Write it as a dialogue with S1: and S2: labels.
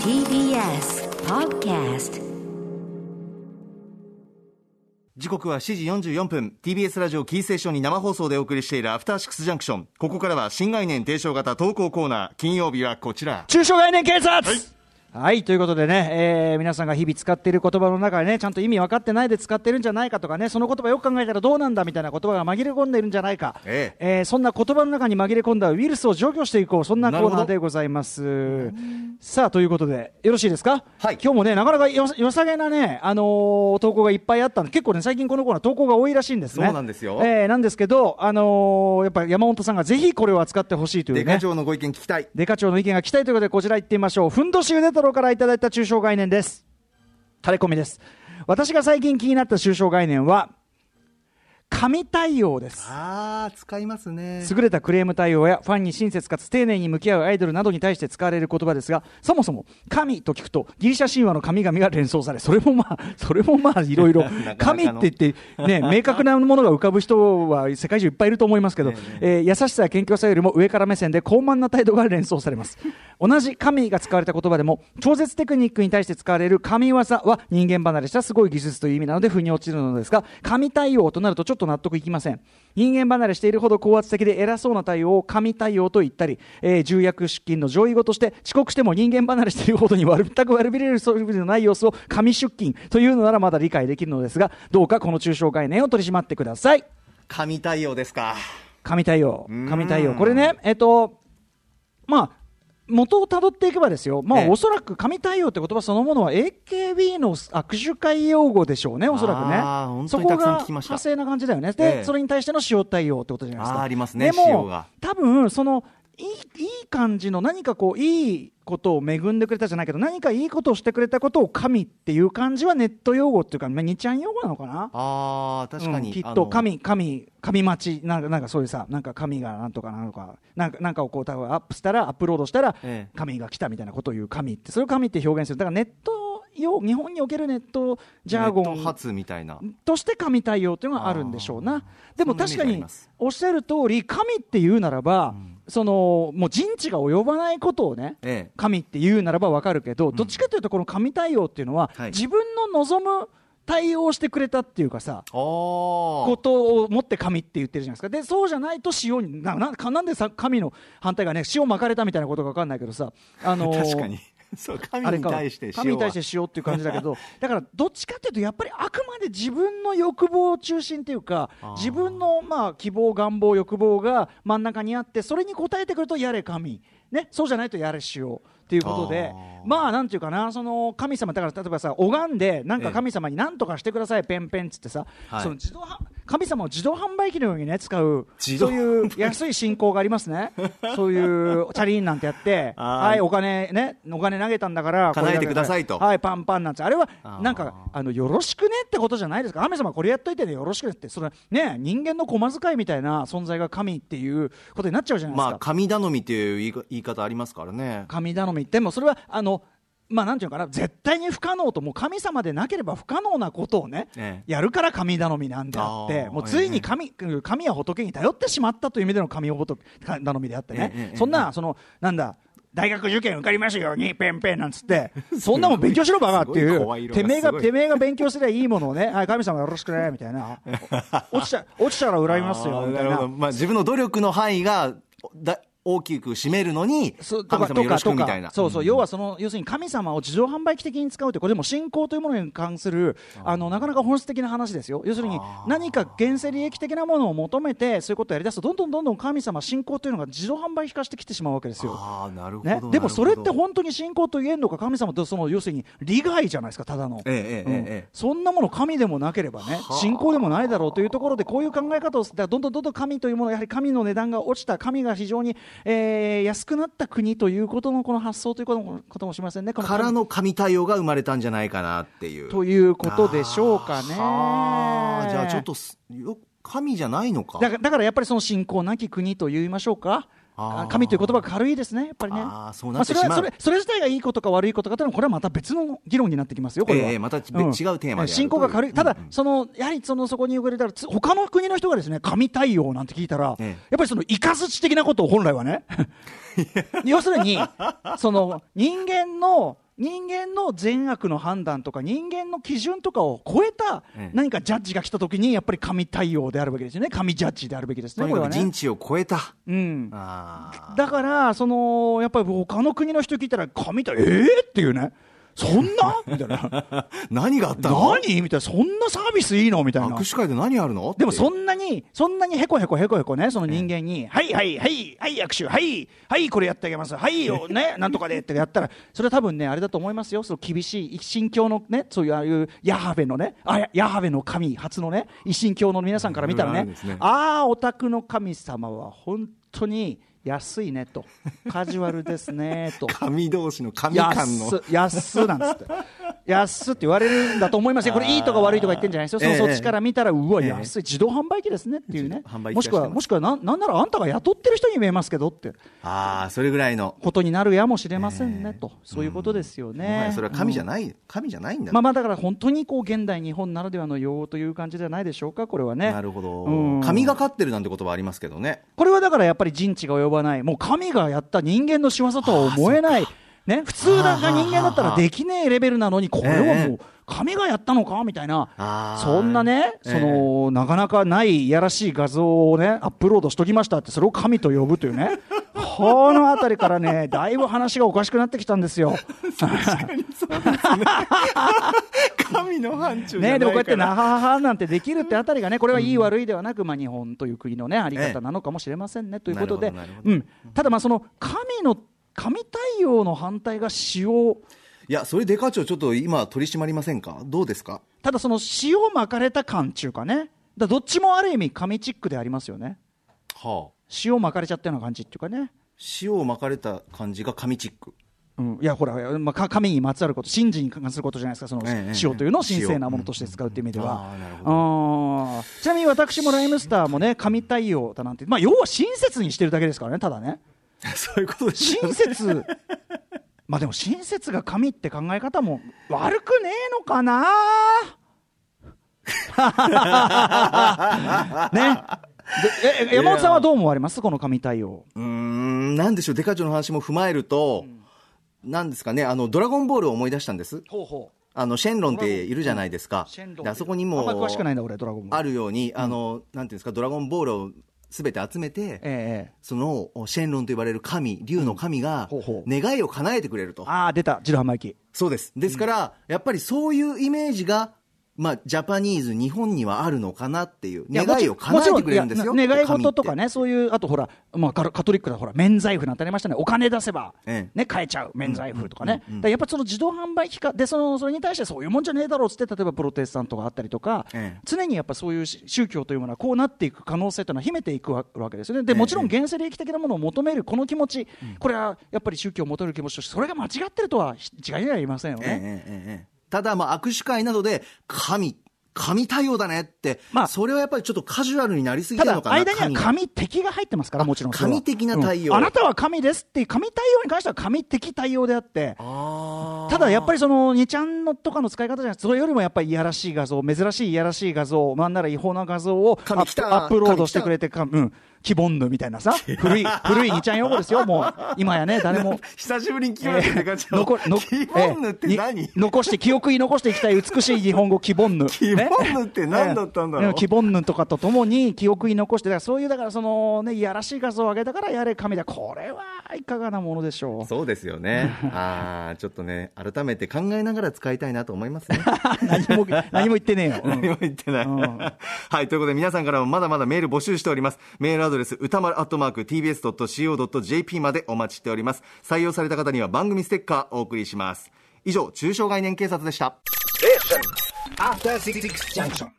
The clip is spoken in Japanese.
S1: TBS Podcast
S2: 時刻は7時44分 TBS ラジオキーステーションに生放送でお送りしているアフターシックスジャンクションここからは新概念提唱型投稿コーナー金曜日はこちら
S3: 中小概念警察はいということでね、えー皆さんが日々使っている言葉の中でね、ちゃんと意味分かってないで使ってるんじゃないかとかね、その言葉よく考えたらどうなんだみたいな言葉が紛れ込んでいるんじゃないか、
S2: え
S3: ーそんな言葉の中に紛れ込んだウイルスを除去していこう、そんなコ
S2: な
S3: ー
S2: る
S3: ナー
S2: ほど
S3: でございます。さあ、ということで、よろしいですか、
S2: はい
S3: 今日もね、なかなかよよさげなね、あのー投稿がいっぱいあったので、結構ね、最近このコーナー、投稿が多いらしいんですね。
S2: そうなんですよ
S3: えーなんですけど、あのーやっぱり山本さんがぜひこれを扱ってほしいというね。
S2: デカ長のご意見聞きたい
S3: デカ長の意見が期待ということでこちら行ってみましょうふんどしゆで太郎からいただいた抽象概念ですタレコミです私が最近気になった抽象概念は神対応です
S2: あー使いますね
S3: 優れたクレーム対応やファンに親切かつ丁寧に向き合うアイドルなどに対して使われる言葉ですがそもそも神と聞くとギリシャ神話の神々が連想されそれもまあそれもまあいろい ろ神って言ってね 明確なものが浮かぶ人は世界中いっぱいいると思いますけど、えー優しさや謙虚さよりも上から目線で高慢な態度が連想されます同じ神が使われた言葉でも超絶テクニックに対して使われる神業は人間離れしたすごい技術という意味なので腑に落ちるのですが神対応となるとちょっと納得いきません人間離れしているほど高圧的で偉そうな対応を神対応と言ったり、えー重役出勤の上位語として遅刻しても人間離れしているほどに悪全く悪びれる素振りのない様子を神出勤というのならまだ理解できるのですがどうかこの抽象概念を取り締まってください
S2: 神対応ですか
S3: 神対応
S2: ーん、
S3: 神対応、これね、えっと、まあ、元をたどっていけばですよ、まあ
S2: ええ
S3: おそらく神対応って言葉そのものは AKB の握手会用語でしょうね、おそらく
S2: あー
S3: ね、
S2: 本
S3: そ
S2: 当
S3: こ
S2: にたくさん
S3: が
S2: 聞きました
S3: 派生な感じだよね、
S2: え
S3: で
S2: え
S3: それに対しての塩対応ってことじゃないです
S2: あー
S3: か。
S2: ありますね
S3: で
S2: 塩
S3: も
S2: が
S3: 多分そのいいいい感じの何かこういいことを恵んでくれたじゃないけど何かいいことをしてくれたことを神っていう感じはネット用語っていうかまあ日ちゃん用語なのかな
S2: あー確かに、
S3: うんきっ
S2: あ
S3: と
S2: の
S3: 神神神待ちなんかなんかそういうさなんか神がなんとかなんとかなんかなんかをこう多分アップしたらアップロードしたら
S2: ええ
S3: 神が来たみたいなことを言う神ってそれを神って表現するだからネット用日本におけるネットジャーゴ
S2: ネット
S3: ン
S2: 発みたいな
S3: として神対応というのがあるんでしょうなでも
S2: そんなイメー
S3: 確
S2: ジ
S3: か
S2: あり
S3: に
S2: ます
S3: おっしゃる通り神っていうならば、そのもう人知が及ばないことをね
S2: ええ
S3: 神って言うならばわかるけど、どっちかというとこの神対応っていうのは、
S2: はい
S3: 自分の望む対応をしてくれたっていうかさ、
S2: あー
S3: ことを持って神って言ってるじゃないですかでそうじゃないと塩にななかなんでさ神の反対がね塩まかれたみたいなことが分かんないけどさ、あのー
S2: 確かにそう
S3: あ
S2: 神
S3: れ
S2: に
S3: か
S2: 対して
S3: 神に対してて塩っていう感じだけど だからどっちかっていうとやっぱりあくまで自分の欲望を中心っていうか
S2: あー
S3: 自分のまあ希望願望欲望が真ん中にあってそれに応えてくるとやれ神、ね、そうじゃないとやれ塩っていうことで
S2: あー
S3: まあなんていうかなその神様だから例えばさ拝んでなんか神様に何とかしてくださいペンペンっつってさ、
S2: はい
S3: その自動は神様を自動販売機のようにね使う
S2: 自動
S3: そういう安い信仰がありま すねそういうチャリーンなんてやって
S2: あー
S3: はいお金ねお金投げたんだから
S2: 叶えてくださいと
S3: はい、パンパンなんてあれは
S2: あー
S3: なんかあのよろしくねってことじゃないですか神様これやっといてねよろしくねってそれね人間の駒使いみたいな存在が神っていうことになっちゃうじゃないですか、
S2: まあ神頼みっていう言いか言い方ありますからね
S3: 神頼みってもそれはあのまあなんていうのかな絶対に不可能ともう神様でなければ不可能なことをね、
S2: ええ
S3: やるから神頼みなんであって
S2: あー
S3: もうつい
S2: ええ
S3: に神,、神や仏に頼ってしまったという意味での神仏頼みであってね、
S2: ええええ
S3: そんな、そのなんだ大学受験受かりましたようにペンペンなんつって そんなもん勉強しろバカってい
S2: すごい怖い色
S3: う
S2: が
S3: てめえが
S2: すごい
S3: てめえが勉強すりゃいいものをねはい神様よろしくねみたい な落ちちゃ落ちたら恨みます
S2: あ
S3: よ
S2: ー
S3: みた
S2: ないる
S3: な
S2: ほど、まあ、自分の努力の範囲がだ大きく占めるのに
S3: そうと
S2: 神
S3: か
S2: 様
S3: と
S2: よろ
S3: か
S2: しく
S3: と
S2: みたい
S3: か
S2: な
S3: そうそう、要はその要するに神様を自動販売機的に使うってこれでも信仰というものに関するあのなかなか本質的な話ですよ要するに何か現世利益的なものを求めてそういうことをやりだすとどんどんどんどん神様信仰というのが自動販売機化してきてしまうわけですよ、
S2: ああなるほど、
S3: ね、でもそれって
S2: なるほど
S3: 本当に信仰と言えんのか神様とその要するに利害じゃないですかただの、
S2: ええええええ
S3: うんそんなもの神でもなければね信仰でもないだろうというところでこういう考え方をするだからどんどんどんどん神というものやはり神の値段が落ちた神が非常に、えー安くなった国ということのこの発想ということもこともしませんねこの
S2: からの神対応が生まれたんじゃないかなっていう
S3: ということでしょうかね
S2: あーじゃあちょっとすよ神じゃないのか
S3: だからだからやっぱりその信仰なき国と言いましょうか
S2: あー
S3: 神という言葉が軽いですね、やっぱりね。
S2: あーそうな
S3: まあ
S2: って
S3: そ
S2: し
S3: れ
S2: まう
S3: はそれそれ自体がいいことか悪いことかというのは、これはまた別の議論になってきますよ、これは。
S2: ええまた別違うテーマであるという
S3: 信仰が軽い、ただ
S2: うんうん、
S3: そのやはりそのそこに遅れたら、つ他の国の人がですね神対応なんて聞いたら、
S2: ええ
S3: やっぱりそのイカスチ的なことを本来はね、 要するに、その人間の人間の善悪の判断とか人間の基準とかを超えた
S2: ええ
S3: 何かジャッジが来たときにやっぱり神対応であるべきですよね神ジャッジであるべきです
S2: と
S3: ね
S2: に
S3: これ
S2: か
S3: は
S2: く人
S3: ね。
S2: 知を超えた。
S3: うん、
S2: あー
S3: だからそのやっぱり他の国の人聞いたら神対応えー、っていうねそんなみ たいな。
S2: 何があったの
S3: 何みたいな、そんなサービスいいのみたいな
S2: 握。手会で何あるの
S3: でもそ
S2: ん
S3: んなに、そんなにへこへこへこへこね、その人間に、はいはいはい、はい握手、はい、はいこれやってあげます、はいよ、ね、 なんとかでってやったら、それは多分ね、あれだと思いますよ、その厳しい、一神教のね、そういうああいうヤハベのね、あやヤハベの神、初のね、一神教の皆さんから見たら
S2: いろいろあるん
S3: ね
S2: です、ね
S3: ああ、お宅の神様は本当に安いねと、カジュアルですねと。
S2: 神同士の神
S3: やっ
S2: 感の
S3: す、やっすなんつって、 やっすって言われるんだと思いますよ、これ、いいとか悪いとか言ってんじゃないですよ、そ
S2: ええ
S3: のそっちから見たら、うわ、
S2: ええ
S3: 安い、自動販売機ですねっていうね
S2: 自動販売、機
S3: もしく
S2: 出して
S3: は、
S2: ます
S3: もしくはなんなんならあんたが雇ってる人に見えますけどって
S2: ああそれぐらいの
S3: ことになるやもしれませんね
S2: ええ
S3: と、そういうことですよ
S2: もは
S3: ね
S2: や。それは神じゃない神じゃないんだ
S3: まあまあだから本当にこう現代日本ならではの用語という感じじゃないでしょうか、これはね。
S2: なるほど
S3: うん
S2: 神がかってるなんて言葉ありますけどね
S3: これはだからやっぱり人知が及ばない、もう神がやった人間の仕業とは思えない、ね、普通だが人間だったらできねえレベルなのに、これはもう神がやったのかみたい
S2: あー、
S3: なそんなね、
S2: ええ
S3: そのなかなかないいやらしい画像をね、アップロードしときましたって、それを神と呼ぶとい うね。このあたりからね、だいぶ話がおかしくなってきたんですよ。
S2: 神の範疇
S3: ね、でもこうやってなはははなんてできるってあたりがね、これはいい悪いではなく、まあ、日本という国のね、あり方なのかもしれませんね、ということで
S2: なるほどなる、ほ
S3: う
S2: ど
S3: ん、ただまあ、その神の、神対応の反対が使用、
S2: いやそれで課長ちょっと今取り締まりませんかどうですか
S3: ただその塩を巻かれた感っていうかね、だからどっちもある意味、神チックでありますよね、
S2: はあ
S3: 塩を巻かれちゃったような感じっていうかね。
S2: 塩を巻かれた感じが神チック
S3: うん、いやほら、まあ、か神にまつわること、神事に関することじゃないですか、その
S2: ええ
S3: 塩というのを
S2: ええ
S3: 神聖なものとして使うという意味では
S2: ああなる。ほど
S3: あーちなみに私もライムスターもね、神対応だなんて、まあ、要は親切にしてるだけですからね、ただね、
S2: そういうことですよ
S3: 親
S2: ね
S3: 切、 まあでも親切が神って考え方も悪くねえのか な、ねでええ山本さんはどう思われます、この神対応。
S2: うーんなんでしょうデカ長の話も踏まえると、なんですかねあのドラゴンボールを思い出したんです
S3: ほうほう
S2: あのシェンロンっているじゃないですか
S3: シェンロン
S2: であそこにも
S3: あんまり詳しくないんだ、俺、ドラゴンボール
S2: あるように、あのなんていうんですかドラゴンボールをすべて集めて、
S3: ええええ
S2: そのシェンロンと呼ばれる神竜の神が
S3: うんほうほう
S2: 願いを叶えてくれると、
S3: ああ、出た、ジルハンマイキ。
S2: そうですですから、やっぱりそういうイメージが、まあ、ジャパニーズ日本にはあるのかなっていう願いを叶えてくれるんですよ
S3: もちろいやな願い事と
S2: 神っ
S3: か
S2: て
S3: ね、そういう、あとほら、まあ、カカトリックだ、ほら、免罪符なんてありましたね、お金出せば、
S2: え
S3: ね
S2: え、
S3: 買えちゃう、免罪符とかね、だからやっぱその自動販売機か、でそのそれに対してそういうもんじゃねえだろうっつって、例えばプロテスタントがあったりとか、
S2: ええ
S3: 常にやっぱそういうし宗教というものは、こうなっていく可能性というのは秘めていくわわけですよね、で
S2: ええ
S3: もちろん現世利益的なものを求めるこの気持ち、これはやっぱり宗教を求める気持ちとして、それが間違ってるとはひ違いにはありませんよね。
S2: ええええええただ、まあ、握手会などで神神対応だねって、
S3: まあ
S2: それはやっぱりちょっとカジュアルになりすぎ
S3: た
S2: てるの、
S3: だ
S2: かな
S3: 間には
S2: が
S3: 神敵が入ってますから、もちろんそれは。
S2: 神的な対応
S3: うんあなたは神ですっていう、神対応に関しては神的対応であって、
S2: あー
S3: ただやっぱりその2ちゃんのとかの使い方じゃなくて、それよりもやっぱりいやらしい画像、珍しいいやらしい画像、なんなら違法な画像をア
S2: 神来
S3: ップ
S2: た
S3: アップロードしてくれて、かうん、キボンヌみたいなさ、 古い、古い2ちゃん用語ですよ、もう、今やね、誰も。
S2: 久しぶりに聞きましたね、ガチャ
S3: 残
S2: のキーボンヌって何、
S3: ええに残して記憶に残していきたい美しい日 本語キボンヌ
S2: キボンヌって何だったんだろう
S3: ねキボンヌとかとともに記憶に残してだからそういうだからそのねいやらしい画像を上げたからやれ神だこれはいかがなものでしょう
S2: そうですよ ね。ああ、ちょっとね、改めて考えながら使いたいなと思い ますね。
S3: 何も何も言ってねえよ、うん
S2: 何も言ってない。
S3: うん
S2: はい、ということで皆さんからもまだまだメール募集しております。メールアドレス、歌丸アットマーク tbs.co.jp までお待ちしております。採用された方には番組ステッカーお送りします。以上、中小概念警察でした。
S4: After Six Junction.